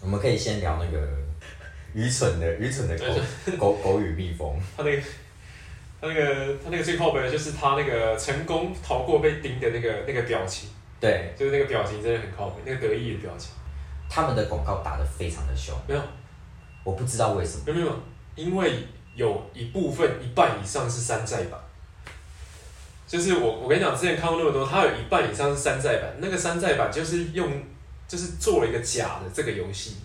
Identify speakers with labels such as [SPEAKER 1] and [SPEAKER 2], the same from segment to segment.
[SPEAKER 1] 我们可以先聊 那个愚蠢的愚蠢的狗 狗狗与蜜蜂。
[SPEAKER 2] 他那个他那个他那个最靠北的就是他那个成功逃过被盯的那个那个表情，
[SPEAKER 1] 对，
[SPEAKER 2] 就是那个表情真的很靠北，那个得意的表情。
[SPEAKER 1] 他们的广告打得非常的凶，
[SPEAKER 2] 没有
[SPEAKER 1] 我不知道为什么。
[SPEAKER 2] 没有没有，因为有一部分一半以上是山寨版。就是我，我跟你讲，之前看过那么多，它有一半以上是山寨版。那个山寨版就是用，就是做了一个假的这个游戏，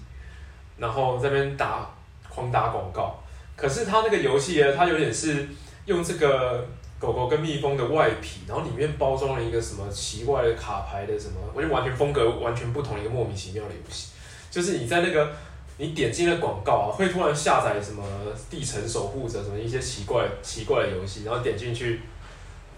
[SPEAKER 2] 然后在那边打狂打广告。可是它那个游戏呢，它有点是用这个狗狗跟蜜蜂的外皮，然后里面包装了一个什么奇怪的卡牌的什么，我就完全风格完全不同的一个莫名其妙的游戏。就是你在那个你点进了广告啊，会突然下载什么地城守护者什么一些奇怪奇怪的游戏，然后点进去。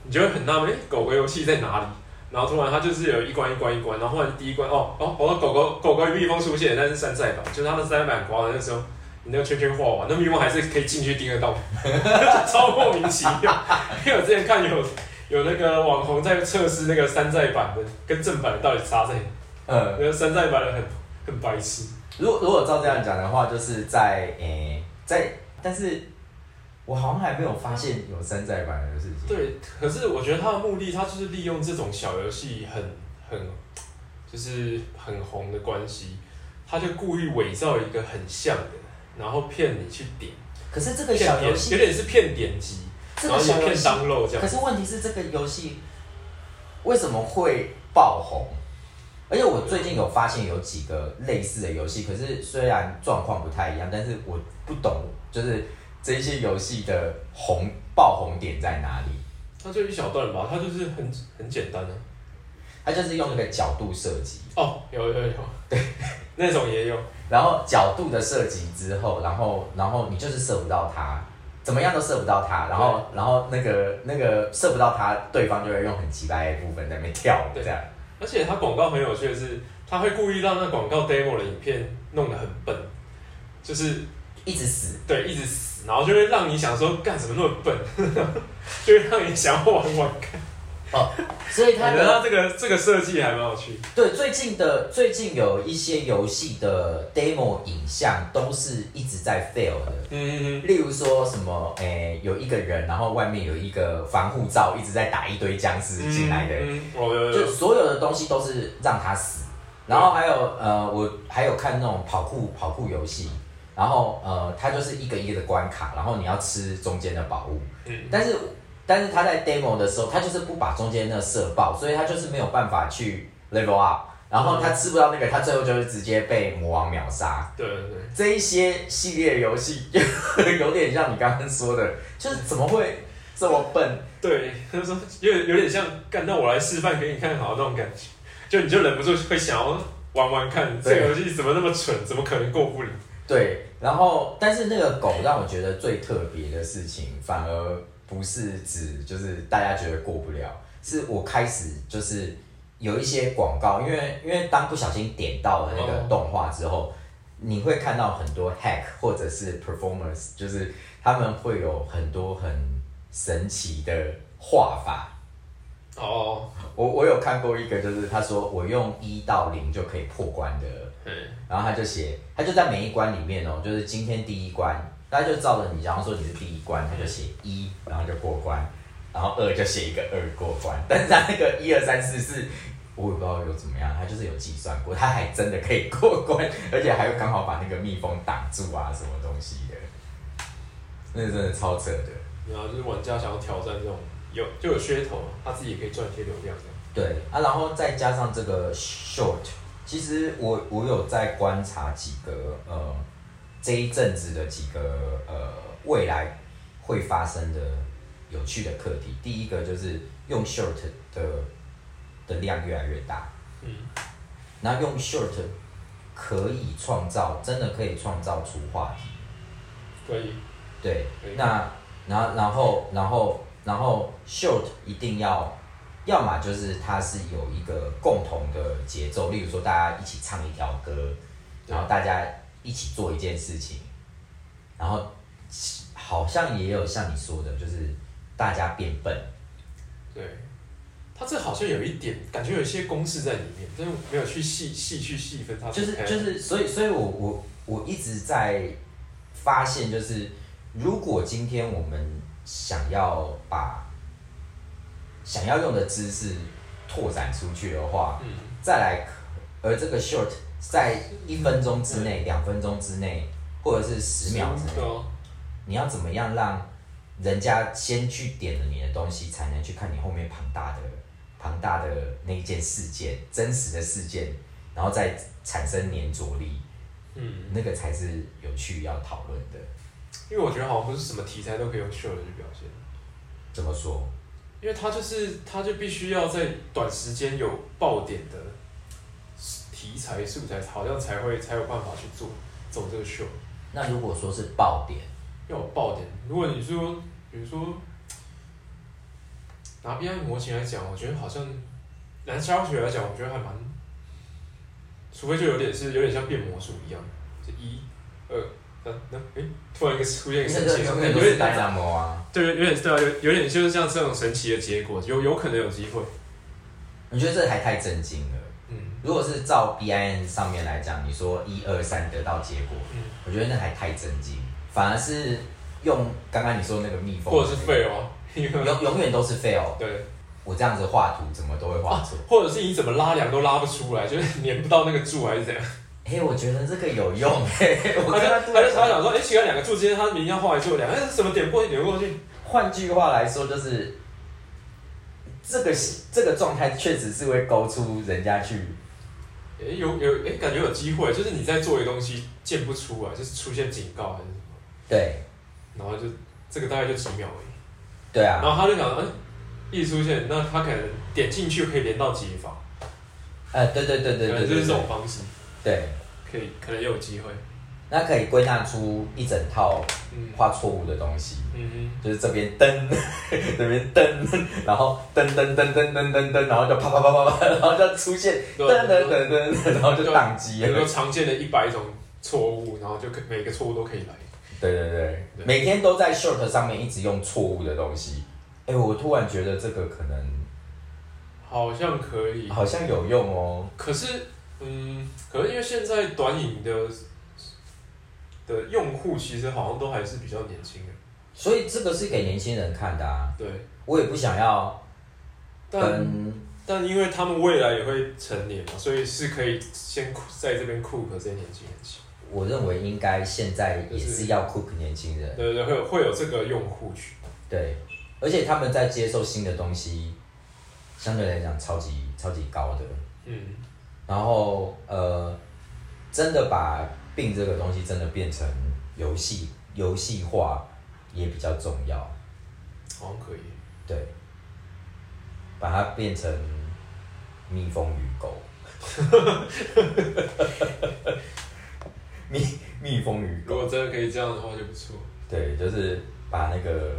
[SPEAKER 2] 你就会很纳闷，哎、狗狗游戏在哪里？然后突然它就是有一关一关一关，然后忽然第一关哦哦，我、哦、狗狗狗狗与蜜蜂出现，但是山寨版，就是它的山寨版刮的那时候，你那个圈圈画完，那蜜蜂还是可以进去盯得到， 超莫名其妙。因为我之前看有有那个网红在测试那个山寨版的跟正版的到底差在哪，
[SPEAKER 1] 呃，
[SPEAKER 2] 那个山寨版的很很白痴。
[SPEAKER 1] 如果如果照这样讲的话，就是在诶、在，但是我好像还没有发现有山寨版的事情。
[SPEAKER 2] 对，可是我觉得他的目的，他就是利用这种小游戏很很，就是很红的关系，他就故意伪造一个很像的，然后骗你去点，
[SPEAKER 1] 可是这个
[SPEAKER 2] 骗
[SPEAKER 1] 小
[SPEAKER 2] 点
[SPEAKER 1] 游
[SPEAKER 2] 有
[SPEAKER 1] 戏，
[SPEAKER 2] 点是骗点击，
[SPEAKER 1] 这
[SPEAKER 2] 然
[SPEAKER 1] 个
[SPEAKER 2] 后也
[SPEAKER 1] 小游
[SPEAKER 2] 骗
[SPEAKER 1] 戏，
[SPEAKER 2] 当漏这
[SPEAKER 1] 可
[SPEAKER 2] 样。
[SPEAKER 1] 是问题是这个游戏为什么会爆红？而且我最近有发现有几个类似的游戏，可是虽然状况不太一样，但是我不懂就是这些游戏的红爆红点在哪里。
[SPEAKER 2] 他就一小段吧，他就是很很简单的、啊。
[SPEAKER 1] 它就是用那个角度设计，
[SPEAKER 2] 哦，有有有， 对，那种也有。
[SPEAKER 1] 然后角度的设计之后，然后然后你就是射不到它，怎么样都射不到它，然后然后那个那个射不到它，对方就会用很奇怪的部分在那边跳舞
[SPEAKER 2] 对
[SPEAKER 1] 这样。
[SPEAKER 2] 而且他广告很有趣的是，他会故意让那广告 demo 的影片弄得很笨，就是
[SPEAKER 1] 一直死，
[SPEAKER 2] 对，一直死，然后就会让你想说，干什么那么笨， 就会让你想要玩玩看。
[SPEAKER 1] 所以
[SPEAKER 2] 我
[SPEAKER 1] 它
[SPEAKER 2] 觉得它
[SPEAKER 1] 的
[SPEAKER 2] 这个这个设计还蛮有趣。
[SPEAKER 1] 对最近的最近有一些游戏的 demo 影像都是一直在 fail 的，
[SPEAKER 2] 嗯嗯
[SPEAKER 1] 例如说什么诶、有一个人，然后外面有一个防护罩一直在打一堆僵尸
[SPEAKER 2] 嗯，
[SPEAKER 1] 进来的，
[SPEAKER 2] 嗯，嗯我有有
[SPEAKER 1] 就
[SPEAKER 2] 有，
[SPEAKER 1] 所有的东西都是让他死。然后还有呃，我还有看那种跑酷跑酷游戏，然后呃，它就是一个一个的关卡，然后你要吃中间的宝物。
[SPEAKER 2] 嗯，
[SPEAKER 1] 但是但是他在 demo 的时候，他就是不把中间那射爆，所以他就是没有办法去 level up。然后他吃不到那个，他最后就是直接被魔王秒杀。
[SPEAKER 2] 对对对。
[SPEAKER 1] 这一些系列游戏 有点像你刚刚说的，就是怎么会这么笨？
[SPEAKER 2] 对，他说有点有点像干，那我来示范给你看好那种感觉，就你就忍不住会想要玩玩看，这
[SPEAKER 1] 对
[SPEAKER 2] 个游戏怎么那么蠢，怎么可能过不了？
[SPEAKER 1] 对，然后但是那个狗让我觉得最特别的事情，反而不是指就是大家觉得过不了，是我开始就是有一些广告，因为因为当不小心点到了那个动画之后，你会看到很多 hack 或者是 performance，就是他们会有很多很神奇的画法。
[SPEAKER 2] 哦，
[SPEAKER 1] 我我有看过一个，就是他说我用一到零就可以破关的
[SPEAKER 2] 嗯，
[SPEAKER 1] 然后他就写，他就在每一关里面哦，就是今天第一关，他就照着你，然后说你是第一关，他就写一，然后就过关，然后二就写一个二过关， 但是他那个一二三四是，我也不知道有怎么样，他就是有计算过，他还真的可以过关，而且还刚好把那个蜜蜂挡住啊，什么东西的，那真的超扯的。
[SPEAKER 2] 然后就是玩家想要挑战这种有就有噱头，他自己也可以赚一些流量这样。
[SPEAKER 1] 对啊，然后再加上这个 short，其实我我有在观察几个呃这一阵子的几个呃未来会发生的有趣的课题。第一个就是用 short 的的量越来越大，
[SPEAKER 2] 嗯，
[SPEAKER 1] 那用 short 可以创造，真的可以创造出话题。
[SPEAKER 2] 可以，
[SPEAKER 1] 对
[SPEAKER 2] 可以，
[SPEAKER 1] 那然后然后然后然后 short 一定要，要么就是它是有一个共同的节奏，例如说大家一起唱一条歌，
[SPEAKER 2] 对
[SPEAKER 1] 然后大家一起做一件事情，然后好像也有像你说的，就是大家变笨，
[SPEAKER 2] 对。它这好像有一点感觉有一些公式在里面，但是我没有去细细去细分它。
[SPEAKER 1] 就是就是，所以所以我我我一直在发现，就是如果今天我们想要把想要用的知识拓展出去的话，
[SPEAKER 2] 嗯，
[SPEAKER 1] 再来可，而这个 short 在一分钟之内、两分钟之内，或者是十秒之内，
[SPEAKER 2] 对哦
[SPEAKER 1] 你要怎么样让人家先去点了你的东西，才能去看你后面庞大的、庞大的那一件事件、真实的事件，然后再产生粘着力，
[SPEAKER 2] 嗯，
[SPEAKER 1] 那个才是有趣要讨论的。
[SPEAKER 2] 因为我觉得好像不是什么题材都可以用 short 去表现，
[SPEAKER 1] 怎么说？
[SPEAKER 2] 因为它就是它就必须要在短时间有爆点的题材素材，好像才会才有办法去做走这个 short。
[SPEAKER 1] 那如果说是爆点，
[SPEAKER 2] 要有爆点。如果你说，比如说拿 BI 模型来讲，我觉得好像拿教学来讲，我觉得还蛮，除非就有点是有点像变魔术一样，是一、二、三，那诶，突然一个出现一个神奇的东西，有点
[SPEAKER 1] 单张模啊。
[SPEAKER 2] 对，有点对啊，有有点就是像这种神奇的结果，有有可能有机会，
[SPEAKER 1] 我觉得这还太震惊了。
[SPEAKER 2] 嗯
[SPEAKER 1] 如果是照 BIN 上面来讲，你说一二三得到结果，
[SPEAKER 2] 嗯，
[SPEAKER 1] 我觉得那还太震惊，反而是用刚刚你说那个蜜蜂，
[SPEAKER 2] 或者是 fail 啊，因为
[SPEAKER 1] 永永远都是 fail。
[SPEAKER 2] 对，
[SPEAKER 1] 我这样子画图怎么都会画错。
[SPEAKER 2] 或者是你怎么拉梁都拉不出来，就是粘不到那个柱还是怎样。
[SPEAKER 1] 哎、我觉得这个有 用、嘿，我
[SPEAKER 2] 他
[SPEAKER 1] 跟
[SPEAKER 2] 就
[SPEAKER 1] 他啊
[SPEAKER 2] 他
[SPEAKER 1] 突
[SPEAKER 2] 就
[SPEAKER 1] 然
[SPEAKER 2] 他
[SPEAKER 1] 想，
[SPEAKER 2] 想说，哎、奇怪，两个柱之间他明明要画一柱，两个哎什么点过去点过去，
[SPEAKER 1] 换句话来说就是，这个这个状态确实是会勾出人家去，
[SPEAKER 2] 哎、有有哎、感觉有机会，就是你在做一个东西建不出来，就是出现警告还是什么，
[SPEAKER 1] 对
[SPEAKER 2] 然后就这个大概就几秒而已，
[SPEAKER 1] 对啊
[SPEAKER 2] 然，后他就想，哎、一出现，那他可能点进去可以连到解法，
[SPEAKER 1] 呃，对对对对
[SPEAKER 2] 可
[SPEAKER 1] 对
[SPEAKER 2] 能就
[SPEAKER 1] 对
[SPEAKER 2] 是这
[SPEAKER 1] 对
[SPEAKER 2] 种方式，
[SPEAKER 1] 对，
[SPEAKER 2] 可以可能有机会，
[SPEAKER 1] 那可以归纳出一整套
[SPEAKER 2] 嗯
[SPEAKER 1] 画错误的东西。
[SPEAKER 2] 嗯
[SPEAKER 1] 就是这边噔， 这边噔，然后噔噔噔噔噔噔噔，然后就啪啪啪啪啪，然后就出现噔
[SPEAKER 2] 对
[SPEAKER 1] 噔噔噔，然后就宕
[SPEAKER 2] 哼，
[SPEAKER 1] 机
[SPEAKER 2] 有
[SPEAKER 1] 了
[SPEAKER 2] 个。常见的一百种错误，然后就可每个错误都可以来，
[SPEAKER 1] 对对对
[SPEAKER 2] 对，
[SPEAKER 1] 每天都在 short 上面一直用错误的东西。哎，我突然觉得这个可能
[SPEAKER 2] 好像可以，
[SPEAKER 1] 好像有用哦。
[SPEAKER 2] 可是，嗯，可是因为现在短影的的用户其实好像都还是比较年轻的，
[SPEAKER 1] 所以这个是给年轻人看的啊，
[SPEAKER 2] 对，
[SPEAKER 1] 我也不想要
[SPEAKER 2] 但、
[SPEAKER 1] 跟
[SPEAKER 2] 但因为他们未来也会成年嘛，所以是可以先在这边酷和这些年轻人一起，
[SPEAKER 1] 我认为应该现在也
[SPEAKER 2] 就是
[SPEAKER 1] 是要 cook 年轻人，
[SPEAKER 2] 对对对，会有会有这个用户群，
[SPEAKER 1] 对，而且他们在接受新的东西，相对来讲超级超级高的。
[SPEAKER 2] 嗯，
[SPEAKER 1] 然后呃，真的把病这个东西真的变成游戏游戏化也比较重要，
[SPEAKER 2] 好像可以，
[SPEAKER 1] 对，把它变成蜜蜂与狗，蜜蜜蜂与
[SPEAKER 2] 如
[SPEAKER 1] 狗，
[SPEAKER 2] 果真的可以这样的话就不错，
[SPEAKER 1] 对，就是把那个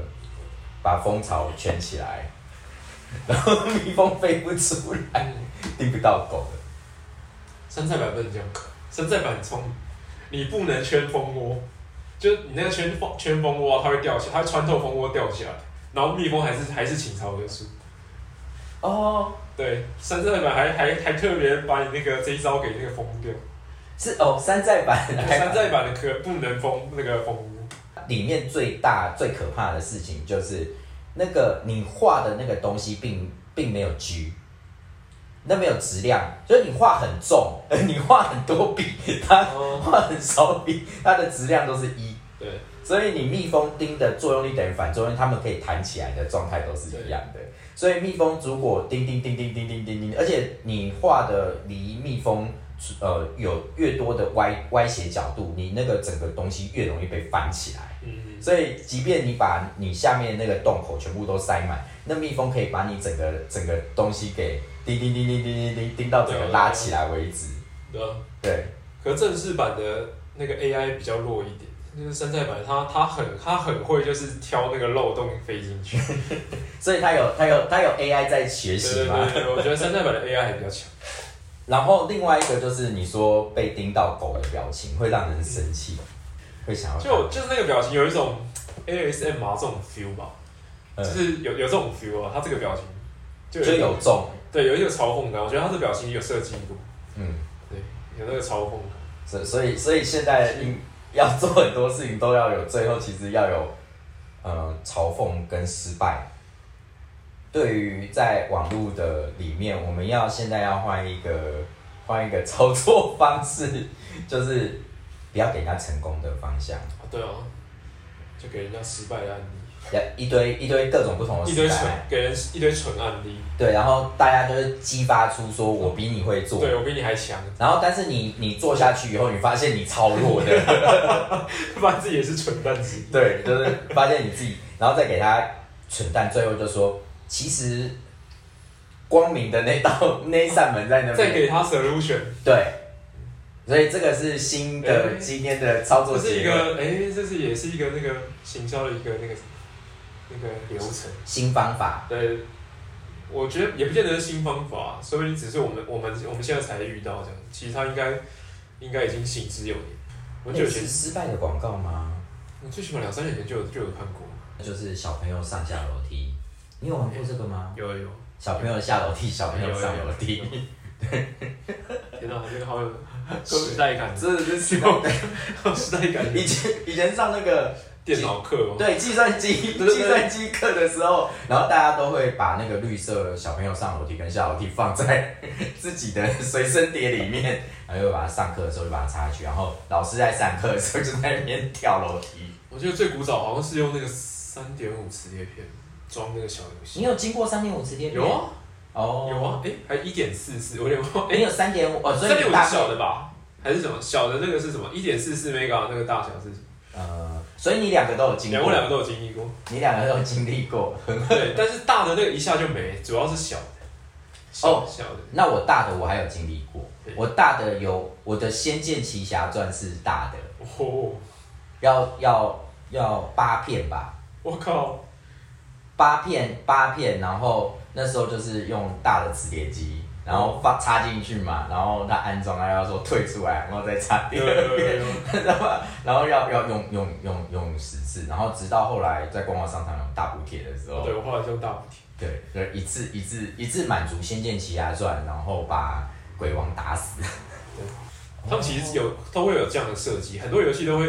[SPEAKER 1] 把蜂巢圈起来， 然后蜜蜂飞不出
[SPEAKER 2] 嗯
[SPEAKER 1] 来，叮不到狗了，
[SPEAKER 2] 山寨版不能这样，山寨版很聪明，你不能圈蜂窝，就是你那个圈蜂圈蜂窝啊、它会掉下，它会穿透蜂窝掉下来，然后蜜蜂还是还是倾巢而出。
[SPEAKER 1] 哦。
[SPEAKER 2] 对，山寨版还还还特别把你那个这一招给那个封掉，
[SPEAKER 1] 是哦，山寨版，
[SPEAKER 2] 山寨版的可不能封那个封
[SPEAKER 1] 里面最大最可怕的事情就是，那个你画的那个东西并并没有 G，那没有质量，就是你画很重， 你画很多笔，它
[SPEAKER 2] 哦
[SPEAKER 1] 画很少笔，它的质量都是一。
[SPEAKER 2] 对，
[SPEAKER 1] 所以你蜜蜂叮的作用力等于反作用力，它们可以弹起来的状态都是一样的。所以蜜蜂如果叮叮叮叮叮叮叮叮，而且你画的离蜜蜂呃有越多的歪歪斜角度，你那个整个东西越容易被翻起来。
[SPEAKER 2] 嗯，
[SPEAKER 1] 所以，即便你把你下面那个洞口全部都塞满，那蜜蜂可以把你整个整个东西给叮叮叮叮叮叮叮叮到整个拉起来为止。
[SPEAKER 2] 对啊。
[SPEAKER 1] 对，
[SPEAKER 2] 可正式版的那个 AI 比较弱一点，就是山寨版它它很它很会就是挑那个漏洞飞进去。
[SPEAKER 1] 所以它有它有它有 AI 在学
[SPEAKER 2] 对
[SPEAKER 1] 习
[SPEAKER 2] 对
[SPEAKER 1] 嘛
[SPEAKER 2] 对。对，我觉得山寨版的 AI 还比较强。
[SPEAKER 1] 然后另外一个就是你说被叮到狗的表情会让人生气，会想要
[SPEAKER 2] 就就是那个表情有一种 ASMR 这种 feel 吧，
[SPEAKER 1] 嗯
[SPEAKER 2] 就是有有这种 feel 啊，他这个表情就
[SPEAKER 1] 就有中，
[SPEAKER 2] 对有一个嘲讽感，我觉得他的表情有设计过，
[SPEAKER 1] 嗯，
[SPEAKER 2] 对，有那个嘲讽
[SPEAKER 1] 所以
[SPEAKER 2] 感。
[SPEAKER 1] 所以所以现在应要做很多事情都要有，最后其实要有，呃，嘲讽跟失败。对于在网络的里面，我们要现在要换一个换一个操作方式，就是不要给人家成功的方向，
[SPEAKER 2] 啊对啊，就给人家失败的案例，
[SPEAKER 1] 要一堆一堆各种不同的
[SPEAKER 2] 一
[SPEAKER 1] 失
[SPEAKER 2] 堆
[SPEAKER 1] 败
[SPEAKER 2] 蠢，给人一堆蠢案例。
[SPEAKER 1] 对，然后大家就是激发出说我比你会做，
[SPEAKER 2] 对我比你还强，
[SPEAKER 1] 然后但是你你做下去以后，你发现你超弱 的，
[SPEAKER 2] 发现自己也是蠢蛋之一。
[SPEAKER 1] 对，就是发现你自己，然后再给他蠢蛋，最后就说其实光明的那道那一扇门在那
[SPEAKER 2] 再
[SPEAKER 1] 边，
[SPEAKER 2] 给他 solution，
[SPEAKER 1] 对，所以这个是新的
[SPEAKER 2] 哎
[SPEAKER 1] 今天的操作
[SPEAKER 2] 这是
[SPEAKER 1] 结
[SPEAKER 2] 一
[SPEAKER 1] 论，
[SPEAKER 2] 个哎、这是也是一个那个行销的一个那个那个流程。
[SPEAKER 1] 新方法，
[SPEAKER 2] 对，我觉得也不见得是新方法，说不定只是我们我们我们现在才遇到这样，其实他应该应该已经行之有年。我就
[SPEAKER 1] 那
[SPEAKER 2] 有
[SPEAKER 1] 是
[SPEAKER 2] 前，
[SPEAKER 1] 失败的广告吗？
[SPEAKER 2] 我最起码两三年前就有就有看过，
[SPEAKER 1] 就是小朋友上下楼梯，你有玩过这个吗？
[SPEAKER 2] 有有有，
[SPEAKER 1] 小朋友下楼梯，小朋友
[SPEAKER 2] 有
[SPEAKER 1] 上楼梯。。
[SPEAKER 2] 对，天哪，这个好有时代感，
[SPEAKER 1] 真的是
[SPEAKER 2] 有好有时代感。
[SPEAKER 1] 以前以前上那个
[SPEAKER 2] 电脑课哦，
[SPEAKER 1] 对计算机
[SPEAKER 2] 对对对
[SPEAKER 1] 计算机课的时候，然后大家都会把那个绿色小朋友上楼梯跟下楼梯放在 自己的随身碟里面，然后就把它上课的时候就把它插进去，然后老师在上课的时候就在那边跳楼梯。
[SPEAKER 2] 我觉得最古早好像是用那个三点五磁碟片装那个小游
[SPEAKER 1] 你
[SPEAKER 2] 戏。
[SPEAKER 1] 有经过三点五磁碟片？
[SPEAKER 2] 有啊，
[SPEAKER 1] 哦，
[SPEAKER 2] 有啊，哎、还一点四四，我有点忘，哎、
[SPEAKER 1] 你有三点五哦，所以
[SPEAKER 2] 三点
[SPEAKER 1] 你
[SPEAKER 2] 五
[SPEAKER 1] 大
[SPEAKER 2] 是小的吧？还是什么小的那个是什么？一点四四 mega 那个大小是？
[SPEAKER 1] 呃，所以你两个都有经
[SPEAKER 2] 两
[SPEAKER 1] 过
[SPEAKER 2] 我，两个都有经历过。
[SPEAKER 1] 你两个都有经历过。
[SPEAKER 2] 对，但是大的那个一下就没，主要是小的。小
[SPEAKER 1] 哦
[SPEAKER 2] 小的，
[SPEAKER 1] 那我大的我还有经历过
[SPEAKER 2] 对，
[SPEAKER 1] 我大的有我的《仙剑奇侠传》是大的，
[SPEAKER 2] 哦，
[SPEAKER 1] 要要要八片吧，
[SPEAKER 2] 我靠，
[SPEAKER 1] 八片八片，然后那时候就是用大的磁碟机，然后
[SPEAKER 2] 哦
[SPEAKER 1] 放插进去嘛，然后它安装，它要说退出来，然后再插第
[SPEAKER 2] 有
[SPEAKER 1] 二
[SPEAKER 2] 有有
[SPEAKER 1] 遍，
[SPEAKER 2] 有，
[SPEAKER 1] 然后然后要要用用用用十次，然后直到后来在逛逛商场有大补贴的时候，
[SPEAKER 2] 对我后来就用大补贴，
[SPEAKER 1] 对对，一次一次一次满足《仙剑奇侠传》，然后把鬼王打死。
[SPEAKER 2] 他们其实有都会有这样的设计，很多游戏都会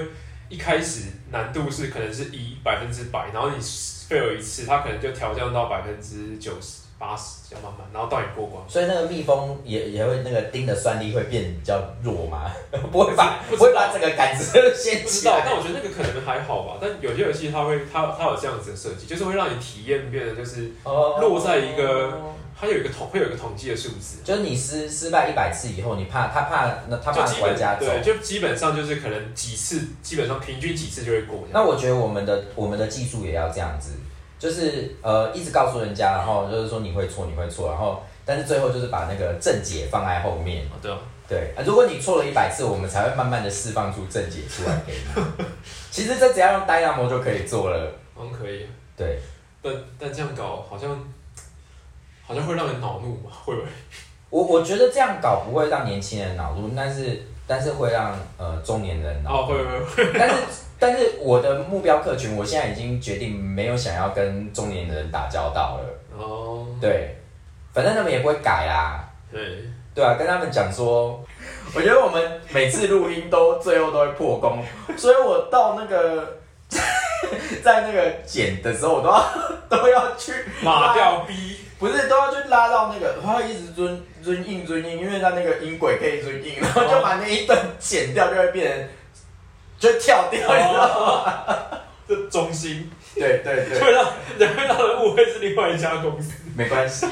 [SPEAKER 2] 一开始难度是可能是一百分之百，然后你 fail 一次，它可能就调降到百分之九十八十，这样慢慢，然后到你过关。
[SPEAKER 1] 所以那个蜜蜂也也会那个叮的酸力会变比较弱嘛， 不会把
[SPEAKER 2] 不
[SPEAKER 1] 不
[SPEAKER 2] 知道
[SPEAKER 1] 会把整个杆子都掀
[SPEAKER 2] 不知
[SPEAKER 1] 起
[SPEAKER 2] 道，
[SPEAKER 1] 来。
[SPEAKER 2] 但我觉得那个可能还好吧。但有些游戏它会，它它有这样子的设计，就是会让你体验变得就是
[SPEAKER 1] 哦
[SPEAKER 2] 落在一个它有一个统会有一个统计的数字，
[SPEAKER 1] 就是你失失败一百次以后，你怕他怕那他
[SPEAKER 2] 就
[SPEAKER 1] 怕
[SPEAKER 2] 基
[SPEAKER 1] 玩家
[SPEAKER 2] 本
[SPEAKER 1] 走。
[SPEAKER 2] 对，就基本上就是可能几次，基本上平均几次就会过这样。
[SPEAKER 1] 那我觉得我们的我们的技术也要这样子，就是呃一直告诉人家，然后就是说你会错你会错，然后但是最后就是把那个正解放在后面。
[SPEAKER 2] 哦对啊，
[SPEAKER 1] 对，啊、如果你错了一百次，我们才会慢慢的释放出正解出来给你。 其实这只要用 Dynamo 就可以做了。
[SPEAKER 2] 好像可以，
[SPEAKER 1] 对，
[SPEAKER 2] 但但这样搞好像好像会让人恼怒嘛，会不会？
[SPEAKER 1] 我我觉得这样搞不会让年轻人恼怒，但是但是会让呃中年人恼怒。
[SPEAKER 2] 哦，会会会，
[SPEAKER 1] 但是，但是我的目标客群，我现在已经决定没有想要跟中年人打交道了。
[SPEAKER 2] 哦，
[SPEAKER 1] 对，反正他们也不会改啦。
[SPEAKER 2] 对，
[SPEAKER 1] 对啊，跟他们讲说，我觉得我们每次录音都最后都会破功，所以我到那个 在那个剪的时候，我都要 都要去
[SPEAKER 2] 马掉 B，
[SPEAKER 1] 不是都要去拉到那个，然后一直尊尊印尊印，因为它那个音轨可以尊印，然后就把那一段剪掉，就会变成就跳掉，你知道吗？
[SPEAKER 2] 这中心
[SPEAKER 1] 对对对
[SPEAKER 2] 就。会让人会让人误会是另外一家公司。
[SPEAKER 1] 没关系。